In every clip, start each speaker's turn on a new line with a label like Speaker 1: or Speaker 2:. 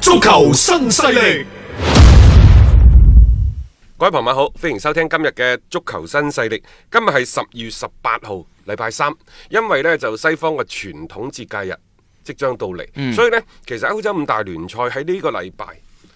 Speaker 1: 足球新勢力，
Speaker 2: 各位朋友好，歡迎收聽今日嘅足球新勢力。今日係十二月十八號，禮拜三，因為呢就西方嘅傳統節假日即將到嚟，所以呢，其實歐洲五大聯賽喺呢個禮拜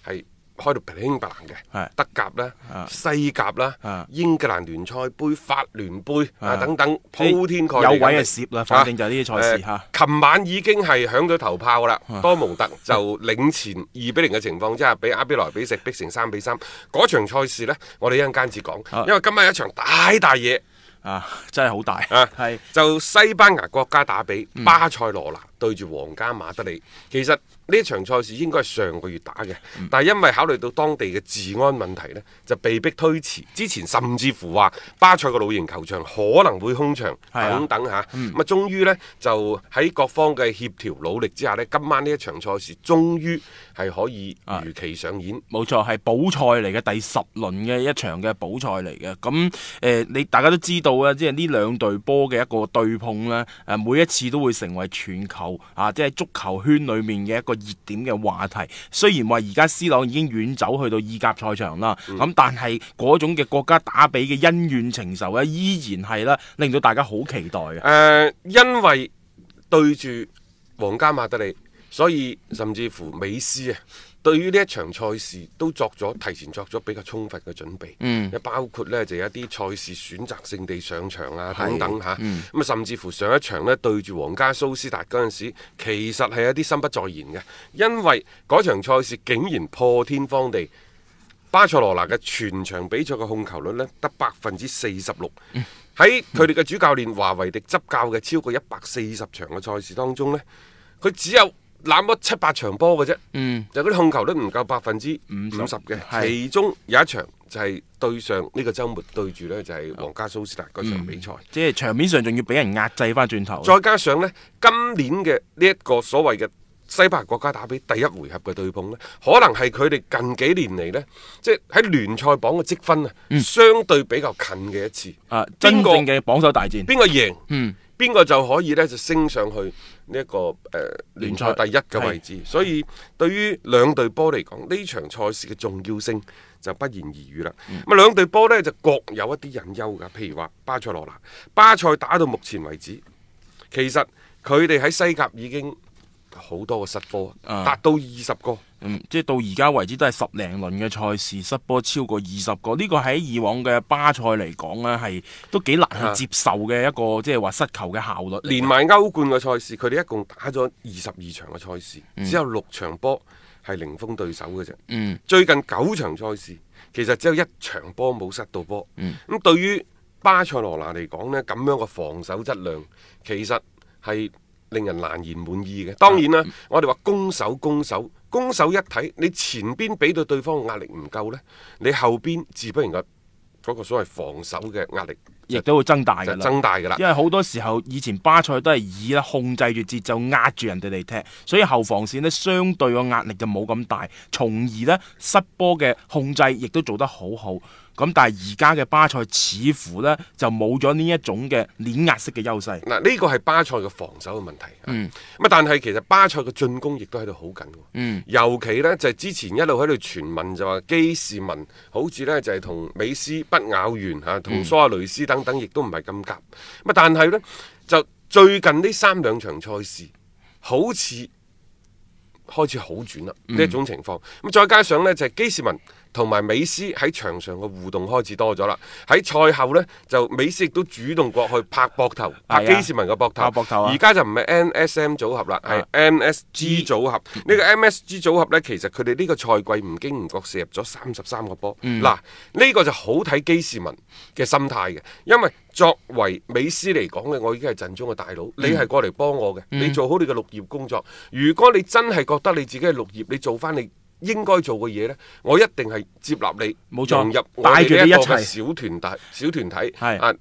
Speaker 2: 係開到乒乒乓嘅，德甲啦、西甲啦、英格蘭聯賽杯、法聯杯啊等等，鋪天蓋地
Speaker 3: 有位
Speaker 2: 咁
Speaker 3: 就攝啦反正就係呢啲賽事
Speaker 2: 啊
Speaker 3: 嚇啊
Speaker 2: 誒琴晚已經係響咗頭炮啦，多蒙特就領前二比零嘅情況之下，俾阿比萊比錫逼成三比三。嗰場賽事呢，我哋一陣間至講，因為今晚有一場大大嘢
Speaker 3: 啊，真係好大，
Speaker 2: 啊
Speaker 3: 係，嗯
Speaker 2: 就西班牙國家打比巴塞羅那對住皇家馬德里。其實呢一場賽事應該係上個月打嘅，
Speaker 3: 嗯
Speaker 2: 但係因為考慮到當地嘅治安問題呢，就被逼推遲。之前甚至乎話巴塞個老型球場可能會空場
Speaker 3: 係啊
Speaker 2: 等等嚇。咁啊、終於呢，就喺各方嘅協調努力之下呢，今晚呢一場賽事終於係可以
Speaker 3: 啊
Speaker 2: 如期上演。
Speaker 3: 冇錯，係補賽嚟嘅第十輪嘅一場嘅補賽嚟嘅。咁誒、呃你大家都知道啊，即係呢兩隊波嘅一個對碰呢，誒、每一次都會成為全球啊，即係足球圈裡面嘅一個熱點嘅話題。雖然話而家 C 朗已經遠走去到意甲賽場啦，咁、但係嗰種嘅國家打比嘅恩怨情仇呢，依然係啦，令到大家好期待嘅
Speaker 2: 誒、。因為對住皇家馬德里，所以甚至乎美斯啊，對於呢一場賽事都作咗提前作咗比較充分嘅準備。嗯，包括呢就有一啲賽事選擇性地上場啊等等嚇。咁啊、甚至乎上一場呢對住皇家蘇斯達嗰陣時，其實係有啲心不在焉嘅，因為嗰場賽事竟然破天荒地。巴塞羅那嘅全場比賽嘅控球率呢，得百分之四十六。喺佢哋嘅主教練華維迪執教嘅超過一百四十場嘅賽事當中呢，佢只有攬咗七八場波嘅啫。嗯，就嗰啲控球率唔夠百分之五十嘅，
Speaker 3: 係
Speaker 2: 其中有一場就係對上呢個週末對住呢，就係皇家蘇斯達嗰場比賽。
Speaker 3: 即係場面上仲要俾人壓制翻轉頭。
Speaker 2: 再加上呢，今年嘅呢一個所謂嘅西班牙國家打比第一回合嘅對碰呢，可能係佢哋近幾年嚟呢，即係喺聯賽榜嘅積分啊，相對比較近嘅一次。
Speaker 3: 嗯啊，
Speaker 2: 邊
Speaker 3: 真
Speaker 2: 個
Speaker 3: 正嘅榜首大戰，
Speaker 2: 邊個贏，
Speaker 3: 嗯，
Speaker 2: 邊個就可以呢就升上去呢、一個誒、呃、聯賽
Speaker 3: 賽
Speaker 2: 第一嘅位置。所以對於兩隊波嚟講，呢場賽事嘅重要性就不言而喻啦。咁啊、兩隊波呢就各有一啲隱憂㗎，譬如話巴塞羅那，巴塞打到目前為止，其實佢哋喺西甲已經好多個失波，
Speaker 3: 啊
Speaker 2: 達到二十個。
Speaker 3: 嗯，即係到而家為止都係十零輪嘅賽事，失波超過二十個，呢個喺以往嘅巴塞嚟講呢，係都幾難
Speaker 2: 啊
Speaker 3: 去接受嘅一個即係話失球嘅效率嚟嘅。
Speaker 2: 連埋歐冠嘅賽事，佢哋一共打咗二十二場嘅賽事，只有六場波係零封對手嘅啫。
Speaker 3: 嗯
Speaker 2: 最近九場賽事，其實只有一場波冇失到波。咁、對於巴塞羅那嚟講呢，咁樣嘅防守質量其實係令人難言滿意嘅。當然啦，我哋話攻守攻守。攻守一體，你前邊俾到對方嘅壓力唔夠呢，你後邊自不然嘅嗰個所謂防守嘅壓力
Speaker 3: 亦都會增大
Speaker 2: 就
Speaker 3: 㗎啦。
Speaker 2: 增大㗎啦。
Speaker 3: 因為好多時候以前巴塞都係以咧控制住節奏壓住人哋嚟踢，所以後防線呢相對個壓力就冇咁大，從而呢失波嘅控制亦都做得好好。咁但係而家嘅巴塞似乎呢就冇咗呢一種嘅碾壓式嘅優勢。
Speaker 2: 嗱，呢個係巴塞嘅防守嘅問題。嗯，咁啊，但係其實巴塞嘅進攻亦都喺度好緊喎。
Speaker 3: 嗯，
Speaker 2: 尤其呢，就係、之前一路喺度傳聞就話基士文好似呢，就係、同美斯不咬完嚇，同蘇亞雷斯等等亦都唔係咁夾。咁啊，但係呢，就最近呢三兩場賽事，好似開始好轉啦，
Speaker 3: 嗯
Speaker 2: 呢一種情況。咁再加上呢，就係、基士文同埋美斯喺場上嘅互動開始多咗啦。喺賽後呢，就美斯亦都主動過去拍膊頭，拍
Speaker 3: 係啊
Speaker 2: 基士文嘅膊頭。
Speaker 3: 拍膊頭啊
Speaker 2: 而家就唔係 NSM 組合啦，係 MSG 組合。
Speaker 3: 嗯
Speaker 2: 呢個 MSG 組合呢，其實佢哋呢個賽季唔經唔覺射入咗三十三個波。
Speaker 3: 嗯
Speaker 2: 嗱，呢個就好睇基士文嘅心態嘅，因為作為美斯嚟講嘅，我已經係陣中嘅大
Speaker 3: 嗯
Speaker 2: 佬，你係過嚟幫我嘅，你做好你嘅綠葉工作。如果你真係覺得你自己係綠葉，你做翻你。應該做嘅嘢呢，我一定係接納你，
Speaker 3: 冇錯
Speaker 2: 融入我
Speaker 3: 帶住
Speaker 2: 哋呢
Speaker 3: 你一
Speaker 2: 個嘅
Speaker 3: 齊
Speaker 2: 小團體，小團體
Speaker 3: 係
Speaker 2: 啊，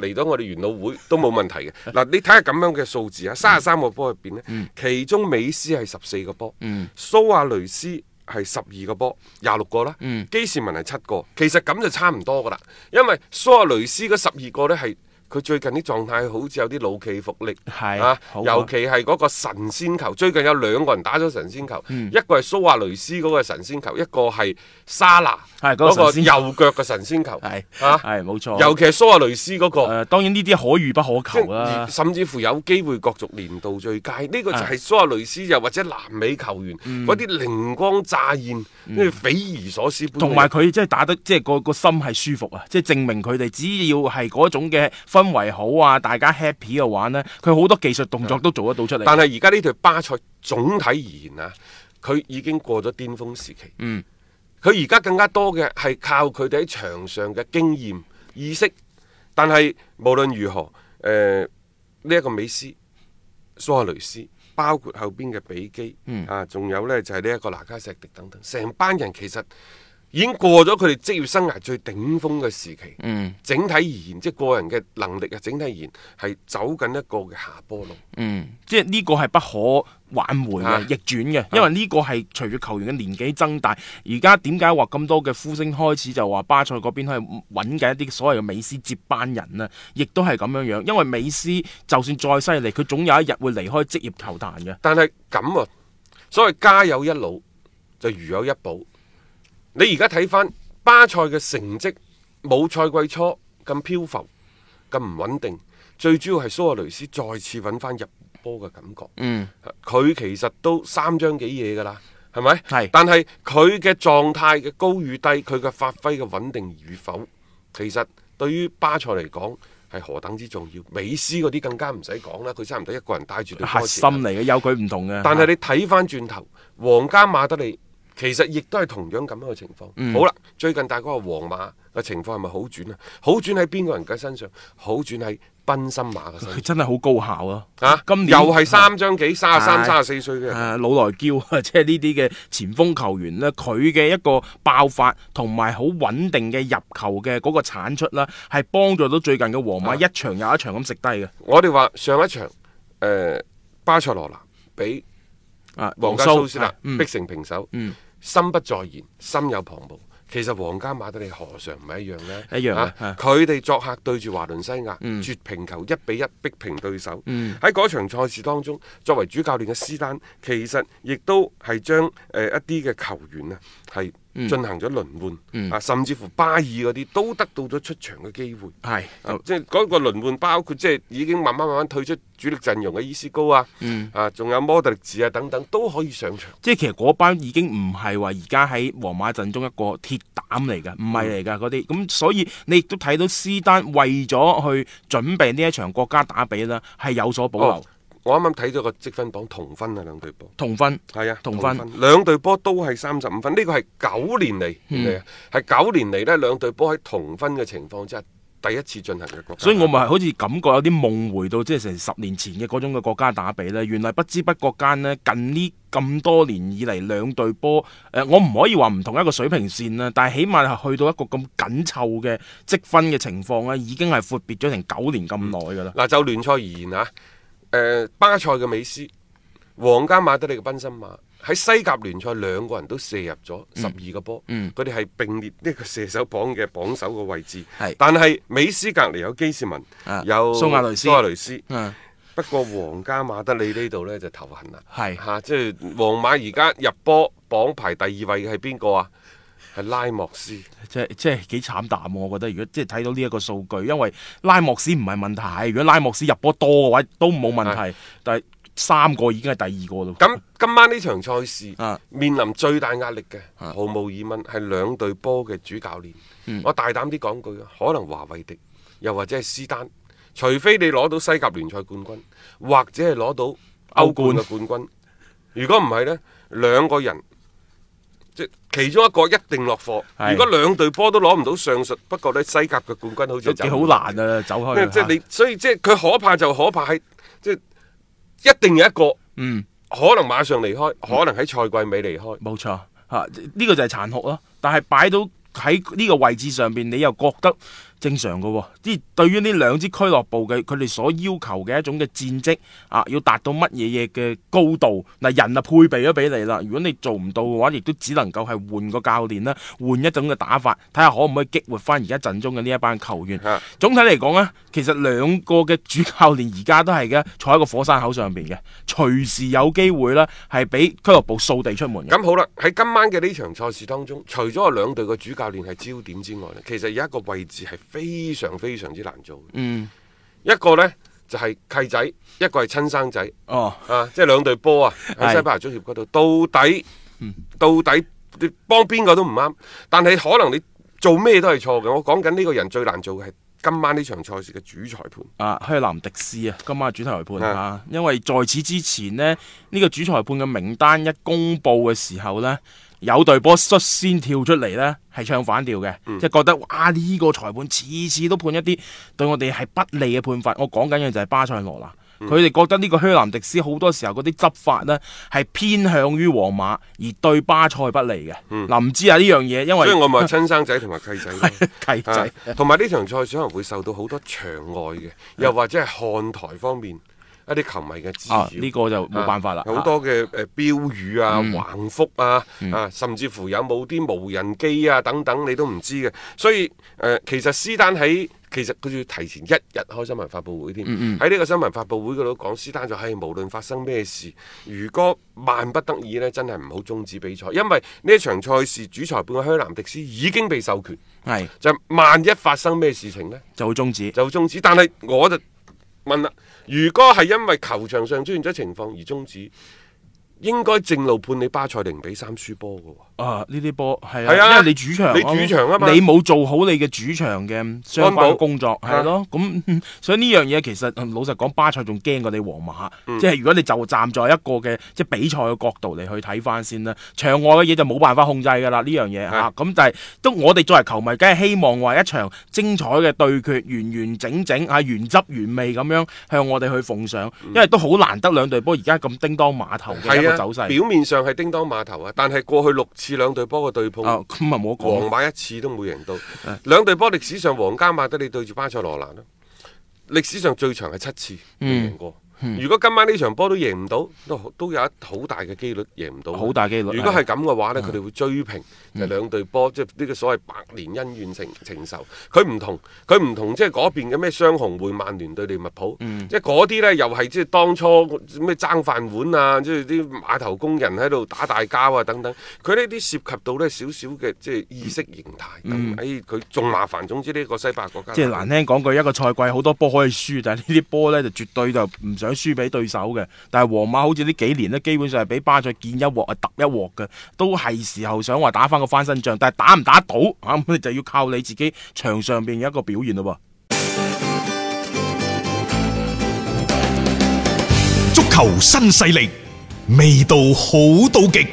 Speaker 2: 嚟到我哋元老會都冇問題嘅。嗱，你睇下咁樣嘅數字啊，三十三個波入邊呢，
Speaker 3: 嗯
Speaker 2: 其中美斯係十四個波，蘇亞雷斯。係十二個波，廿六個啦。
Speaker 3: 嗯
Speaker 2: 基士文係七個，其實咁就差唔多噶啦。因為蘇亞雷斯嗰十二個呢，係佢最近啲狀態好似有啲老驥伏櫪，
Speaker 3: 係
Speaker 2: 啊，
Speaker 3: 好啊
Speaker 2: 尤其係嗰個神仙球。最近有兩個人打咗神仙球，
Speaker 3: 嗯
Speaker 2: 一個係蘇亞雷斯嗰個神仙球，一個係沙拿
Speaker 3: 係嗰
Speaker 2: 嗰
Speaker 3: 個
Speaker 2: 個右
Speaker 3: 神仙球
Speaker 2: 腳嘅神仙球。
Speaker 3: 係
Speaker 2: 啊，
Speaker 3: 係冇錯
Speaker 2: 尤其係蘇亞雷斯嗰個。
Speaker 3: 誒，當然呢啲可遇不可
Speaker 2: 哦即
Speaker 3: 求
Speaker 2: 係
Speaker 3: 啦。啊
Speaker 2: 甚至乎有機會角逐年度最佳，呢、個就係蘇亞雷斯又或者南美球員
Speaker 3: 嗯
Speaker 2: 嗰啲靈光乍現，呢啲匪夷所思般嘅嘢。
Speaker 3: 同埋佢即係打得即係個個心係舒服啊！即係證明佢哋只要係嗰種嘅氛圍好啊，大家 happy 嘅話呢，佢好多技術動作都做得到出嚟。
Speaker 2: 但係而家呢隊巴塞總體而言啊，佢已經過咗巔峰時期。嗯，佢而家更加多嘅係靠佢哋喺場上嘅經驗意識。但係無論如何，誒呢一個美斯、蘇亞雷斯，包括後邊嘅比基，啊，仲有呢就係呢一個拿卡石迪等等，成班人其實。已經過咗佢哋職業生涯最頂峰嘅時期，嗯、整體而言，即係個人嘅能力啊，整體而言係走緊一個嘅下坡路。
Speaker 3: 嗯，即係呢個係不可挽回嘅、
Speaker 2: 啊
Speaker 3: 逆轉嘅，因為呢個係隨住球員嘅年紀增大，而家點解話咁多嘅呼聲開始就話巴塞嗰邊係揾緊一啲所謂嘅美斯接班人呢？亦都係咁樣樣，因為美斯就算再犀利，佢總有一日會離開職業球壇嘅。
Speaker 2: 但係咁啊，所謂家有一老就如有一寶。你而家睇翻巴塞嘅成績，冇賽季初咁漂浮、咁唔穩定，最主要係蘇亞雷斯再次揾翻入波嘅感覺。嗯，佢其實都三張幾嘢㗎啦。係咪？
Speaker 3: 係
Speaker 2: 但係佢嘅狀態嘅高與低，佢嘅發揮嘅穩定與否，其實對於巴塞嚟講係何等之重要。美斯嗰啲更加唔使講啦，佢差唔多一個人帶住隊波
Speaker 3: 核
Speaker 2: 前
Speaker 3: 心啊
Speaker 2: 行
Speaker 3: 嚟嘅，有佢唔同嘅。
Speaker 2: 但係你睇翻轉頭，皇家馬德里其實亦都係同樣咁樣嘅情況。
Speaker 3: 嗯
Speaker 2: 好啦，最近大家話皇馬嘅情況係咪好轉啊？好轉喺邊個人嘅身上？好轉喺賓森馬嘅身
Speaker 3: 佢
Speaker 2: 上。
Speaker 3: 真係好高效啊！
Speaker 2: 啊，
Speaker 3: 今年
Speaker 2: 又係三張幾、三十三、
Speaker 3: 係
Speaker 2: 三十四歲嘅人。
Speaker 3: 誒老來嬌啊， 即係呢啲嘅前鋒球員呢，佢嘅一個爆發同埋好穩定嘅入球嘅嗰個產出啦，係幫助到最近嘅
Speaker 2: 啊
Speaker 3: 皇馬一場又一場咁食低嘅。
Speaker 2: 我哋話上一場誒、呃巴塞羅那俾
Speaker 3: 啊，
Speaker 2: 皇家蘇嗯
Speaker 3: 蘇
Speaker 2: 斯達逼成平手，心不在焉，心有旁騖。其實皇家馬德里何嘗唔係一樣呢？
Speaker 3: 一樣嘅
Speaker 2: 啊嗯
Speaker 3: 係
Speaker 2: 佢哋作客對住華倫西亞，絕平球一比一逼平對手。喺嗰場賽事當中，作為主教練嘅斯丹，其實亦都係將誒、呃一啲嘅球員啊係進行咗輪換、啊，甚至乎巴爾嗰啲都得到咗出場嘅機會。
Speaker 3: 係哦
Speaker 2: 啊即係嗰個輪換包括即係已經慢慢慢慢退出主力陣容嘅伊斯高啊，
Speaker 3: 嗯
Speaker 2: 啊，仲有摩特力治啊等等都可以上場。
Speaker 3: 即係其實嗰班已經唔係話而家喺皇馬陣中一個鐵膽嚟嘅，唔係嚟
Speaker 2: 嗯
Speaker 3: 㗎嗰啲。咁所以你亦都睇到斯丹為咗去準備呢一場國家打比啦，係有所保留、
Speaker 2: 哦我啱啱睇咗個積分榜同分啊，兩隊波。
Speaker 3: 同分。
Speaker 2: 係啊，
Speaker 3: 同分
Speaker 2: 兩隊波都係三十五分，呢個係九年嚟
Speaker 3: 嗯
Speaker 2: 嚟啊，係九年嚟呢兩隊波喺同分嘅情況之下，第一次進行嘅國家。
Speaker 3: 所以我咪好似感覺有啲夢回到即係成十年前嘅嗰種嘅國家打比咧，原來不知不覺間呢，近呢咁多年以嚟兩隊波，誒、我唔可以話唔同一個水平線啦，但係起碼係去到一個咁緊湊嘅積分嘅情況咧，已經係闊別咗成九年咁耐㗎啦。
Speaker 2: 嗱，就聯賽而言啊，誒、巴塞嘅美斯、皇家馬德里嘅賓森馬喺西甲聯賽兩個人都射入咗
Speaker 3: 嗯
Speaker 2: 十二個波，佢哋係並列呢個射手榜嘅榜首嘅位置
Speaker 3: 係。
Speaker 2: 但係美斯隔離有基士文，
Speaker 3: 啊
Speaker 2: 有
Speaker 3: 蘇亞雷斯
Speaker 2: 蘇亞雷斯。
Speaker 3: 嗯
Speaker 2: 不過皇家馬德里呢度呢就頭痕啦，
Speaker 3: 係
Speaker 2: 嚇、即係皇馬而家入波榜排第二位嘅係邊個啊？係拉莫斯。
Speaker 3: 即係即係幾慘淡喎，我覺得如果即係睇到呢一個數據，因為拉莫斯唔係問題，如果拉莫斯入波多嘅話都冇問題，但係三個已經係第二個咯。
Speaker 2: 咁今晚呢場賽事、
Speaker 3: 啊
Speaker 2: 面臨最大壓力嘅，毫無疑問係兩隊波嘅主教練。
Speaker 3: 嗯
Speaker 2: 我大膽啲講句，啊可能華為迪，又或者係斯丹，除非你攞到西甲聯賽冠軍，或者係攞到歐冠嘅冠軍。如果唔係呢，兩個人即其中一個一定落課。
Speaker 3: 係
Speaker 2: 如果兩隊波都攞唔到上述，不過呢西甲嘅冠軍好似
Speaker 3: 都
Speaker 2: 走
Speaker 3: 幾好
Speaker 2: 唔
Speaker 3: 難啊，走
Speaker 2: 即
Speaker 3: 開。
Speaker 2: 係即係你，所以即係佢可怕就可怕喺即係一定有一個，
Speaker 3: 嗯，
Speaker 2: 可能馬上離開，可能喺賽季尾離開。
Speaker 3: 冇錯嚇，呢、個就係殘酷咯。但係擺到喺呢個位置上邊，你又覺得正常嘅喎、即係對於呢兩支俱樂部嘅佢哋所要求嘅一種嘅戰績啊，要達到乜嘢嘢嘅高度，嗱、人啊配備咗俾你啦。如果你做唔到嘅話，亦都只能夠係換個教練啦，換一種嘅打法，睇下可唔可以激活翻而家陣中嘅呢一班球員。
Speaker 2: 啊
Speaker 3: 總體嚟講呢，其實兩個嘅主教練而家都係嘅，坐喺個火山口上邊嘅，隨時有機會啦，係俾俱樂部掃地出門嘅。
Speaker 2: 咁好啦，喺今晚嘅呢場賽事當中，除咗兩隊嘅主教練係焦點之外咧，其實有一個位置係非常非常之難做嘅。
Speaker 3: 嗯，
Speaker 2: 一個呢就係、契仔，一個係親生仔
Speaker 3: 哦。
Speaker 2: 啊，即係兩隊波啊喺
Speaker 3: 係嗯
Speaker 2: 西班牙足協嗰度，到底到底你幫邊個都唔啱，但係可能你做咩都係錯嘅。我講緊呢個人最難做嘅係今晚呢場賽事嘅主裁判。
Speaker 3: 啊，希南迪斯啊，今晚主裁判
Speaker 2: 係
Speaker 3: 啊，因為在此之前呢，呢、個主裁判嘅名單一公布嘅時候呢，有隊波率先跳出嚟呢，係唱反調嘅，
Speaker 2: 嗯
Speaker 3: 即係覺得哇呢、個裁判次次都判一啲對我哋係不利嘅判罰。我講緊嘅就係巴塞羅那。
Speaker 2: 嗯
Speaker 3: 佢哋覺得呢個希南迪斯好多時候嗰啲執法呢係偏向於皇馬，而對巴塞不利嘅。嗱、唔知啊呢樣嘢，因
Speaker 2: 嗯所
Speaker 3: 為
Speaker 2: 以我咪話親生仔同埋契仔咯
Speaker 3: 契仔
Speaker 2: 啊同埋呢場賽事可能會受到好多場外嘅，又或者係看台方面一啲球迷嘅滋
Speaker 3: 啊
Speaker 2: 擾。
Speaker 3: 呢、個就冇辦法啦，嗯
Speaker 2: 啊好多嘅誒標語啊、橫幅啊、啊，甚至乎有冇啲無人機啊等等，你都唔知嘅。所以誒、呃其實斯丹喺其實佢要提前一日開新聞發佈會添，
Speaker 3: 嗯
Speaker 2: 喺呢、個新聞發佈會嗰度講，斯丹就係、無論發生咩事，如果萬不得已呢，真係唔好終止比賽，因為呢一場賽事主裁判嘅香南迪斯已經被授權，
Speaker 3: 係
Speaker 2: 就萬一發生咩事情呢？
Speaker 3: 就會終止。
Speaker 2: 就終止。但係我就問啦，如果係因為球場上出現咗情況而終止，應該正路判你巴塞零比三輸波嘅喎。
Speaker 3: 啊！呢啲波係
Speaker 2: 係啊
Speaker 3: 啊，因為你主場，
Speaker 2: 你主場啊嘛
Speaker 3: 你冇做好你嘅主場嘅相關嘅工作，
Speaker 2: 安保
Speaker 3: 係咯。咁 嗯所以呢樣嘢其實嗯老實講，巴塞仲驚過你皇馬，
Speaker 2: 嗯
Speaker 3: 即係如果你就站在一個嘅即係比賽嘅角度嚟去睇翻先啦。場外嘅嘢就冇辦法控制㗎啦，呢樣嘢嚇。咁但係都我哋作為球迷，梗係希望話一場精彩嘅對決，完完整整啊，原汁原味咁樣向我哋去奉上，因為都好難得兩隊波而家咁叮當馬頭嘅一個走
Speaker 2: 嗯係啊，
Speaker 3: 勢。
Speaker 2: 表面上係叮當碼頭啊，但係過去六次兩隊波嘅對碰。
Speaker 3: 啊，咁啊冇啊得講
Speaker 2: 皇。馬一次都冇贏到，兩隊波歷史上皇家馬德里對住巴塞羅那啦，歷史上最長係七次未
Speaker 3: 嗯
Speaker 2: 贏過。如果今晚呢場波都贏唔到，都都有一好大嘅機率贏唔到。
Speaker 3: 好大機率
Speaker 2: 如果係咁嘅話
Speaker 3: 嗯
Speaker 2: 呢，佢哋會追平，就兩隊波即係呢個所謂百年恩怨情情仇。佢唔同，佢唔同，即係嗰邊嘅咩雙紅會曼聯對利物浦，
Speaker 3: 嗯
Speaker 2: 即係嗰啲呢又係即係當初咩爭飯碗啊，即係啲碼頭工人喺度打大交啊等等。佢呢啲涉及到呢少少嘅即係意識形態等等。誒，佢仲麻煩。總之呢個西班牙國家
Speaker 3: 嗯即係難聽講句，一個賽季好多波可以輸，但係呢啲波呢，就絕對就唔想輸俾對手嘅。但係皇馬好似呢幾年呢，基本上係俾巴塞見一鑊啊揼一鑊嘅，都係時候想話打翻個翻身仗。但係打唔打到啊？咁你就要靠你自己場上邊嘅一個表現咯
Speaker 1: 足球新勢力，味道好到極。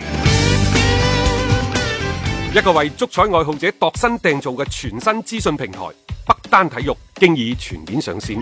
Speaker 4: 一個為足彩愛好者度身訂造嘅全新資訊平台北單體育，經已全面上線。